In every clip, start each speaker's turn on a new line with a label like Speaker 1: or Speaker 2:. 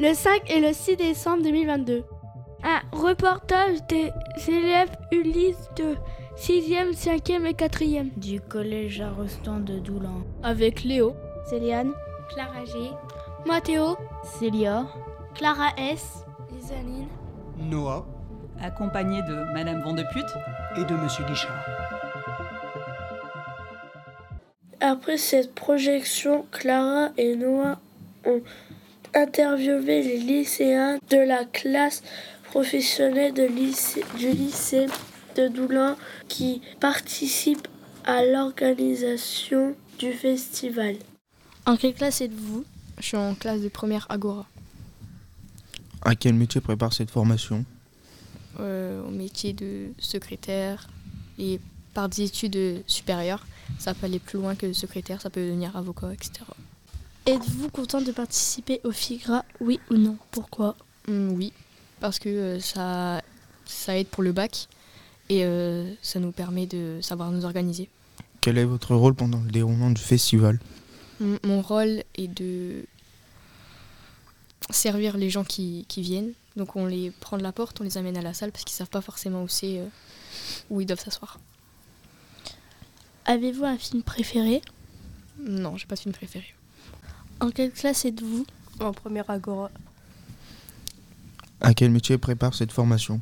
Speaker 1: le 5 et le 6 décembre 2022.
Speaker 2: Un reportage des élèves Ulysse de 6e, 5e et 4e.
Speaker 3: Du collège Arostan de Doulan.
Speaker 4: Avec Léo,
Speaker 5: Céliane,
Speaker 6: Clara G,
Speaker 7: Mathéo,
Speaker 8: Célia,
Speaker 9: Clara S,
Speaker 10: Isaline,
Speaker 11: Noah,
Speaker 12: accompagné de Madame Vandepute
Speaker 13: et de Monsieur Guichard.
Speaker 14: Après cette projection, Clara et Noah ont interviewé les lycéens de la classe professionnelle de lycée, du lycée de Doulin qui participent à l'organisation du festival.
Speaker 15: En quelle classe êtes-vous Je suis en classe de première Agora.
Speaker 16: À quel métier prépare cette formation
Speaker 15: euh, Au métier de secrétaire et par des études supérieures. Ça peut aller plus loin que secrétaire, ça peut devenir avocat, etc.
Speaker 17: Êtes-vous content de participer au FIGRA, oui ou non Pourquoi
Speaker 15: mmh, Oui, parce que euh, ça, ça aide pour le bac et euh, ça nous permet de savoir nous organiser.
Speaker 16: Quel est votre rôle pendant le déroulement du festival
Speaker 15: mmh, Mon rôle est de servir les gens qui, qui, viennent. Donc on les prend de la porte, on les amène à la salle parce qu'ils ne savent pas forcément où c'est, euh, où ils doivent s'asseoir.
Speaker 17: Avez-vous un film préféré
Speaker 15: Non, j'ai pas de film préféré.
Speaker 17: En quelle classe êtes-vous
Speaker 18: En première agora.
Speaker 16: À quel métier prépare cette formation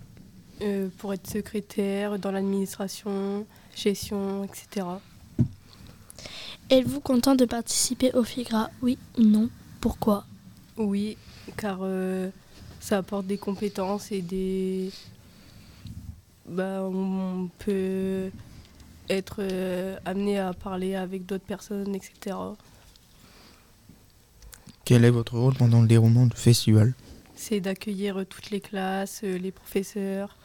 Speaker 18: euh, Pour être secrétaire dans l'administration, gestion, etc.
Speaker 17: Êtes-vous content de participer au FIGRA Oui ou non Pourquoi
Speaker 18: Oui, car euh, ça apporte des compétences et des... Bah, on peut être euh, amené à parler avec d'autres personnes, etc.
Speaker 16: Quel est votre rôle pendant le déroulement du festival
Speaker 18: C'est d'accueillir toutes les classes, euh, les professeurs,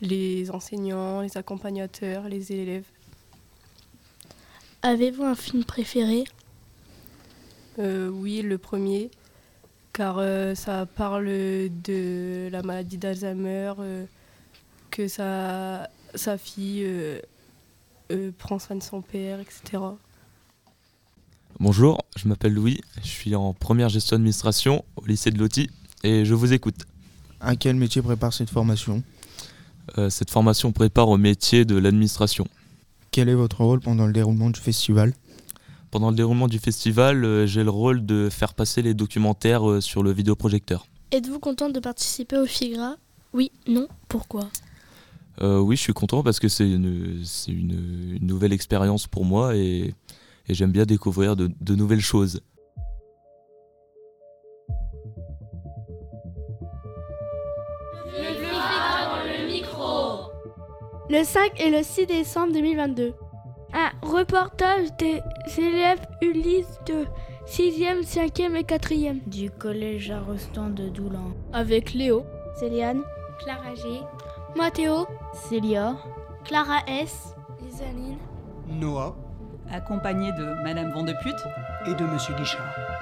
Speaker 18: les enseignants, les accompagnateurs, les élèves.
Speaker 17: Avez-vous un film préféré
Speaker 18: euh, Oui, le premier, car euh, ça parle de la maladie d'Alzheimer, euh, que sa, sa fille euh, prend soin de son père, etc.
Speaker 19: Bonjour, je m'appelle Louis, je suis en première gestion d'administration au lycée de Loti et je vous écoute.
Speaker 16: À quel métier prépare cette formation
Speaker 19: euh, Cette formation prépare au métier de l'administration.
Speaker 16: Quel est votre rôle pendant le déroulement du festival
Speaker 19: Pendant le déroulement du festival, euh, j'ai le rôle de faire passer les documentaires euh, sur le vidéoprojecteur.
Speaker 17: Êtes-vous content de participer au FIGRA Oui, non, pourquoi
Speaker 19: Euh, Oui, je suis content parce que c'est une, une, une nouvelle expérience pour moi et et j'aime bien découvrir de, de, nouvelles choses.
Speaker 1: Le 5 et le 6 décembre 2022.
Speaker 2: Un reportage des élèves Ulysse de 6e, 5e et 4e.
Speaker 3: Du collège Arostan de Doulan.
Speaker 4: Avec Léo,
Speaker 5: Céliane,
Speaker 6: Clara G,
Speaker 7: Mathéo,
Speaker 8: Célia,
Speaker 9: Clara S,
Speaker 10: Isaline,
Speaker 11: Noah,
Speaker 12: accompagné de Madame Vandepute
Speaker 13: et de Monsieur Guichard.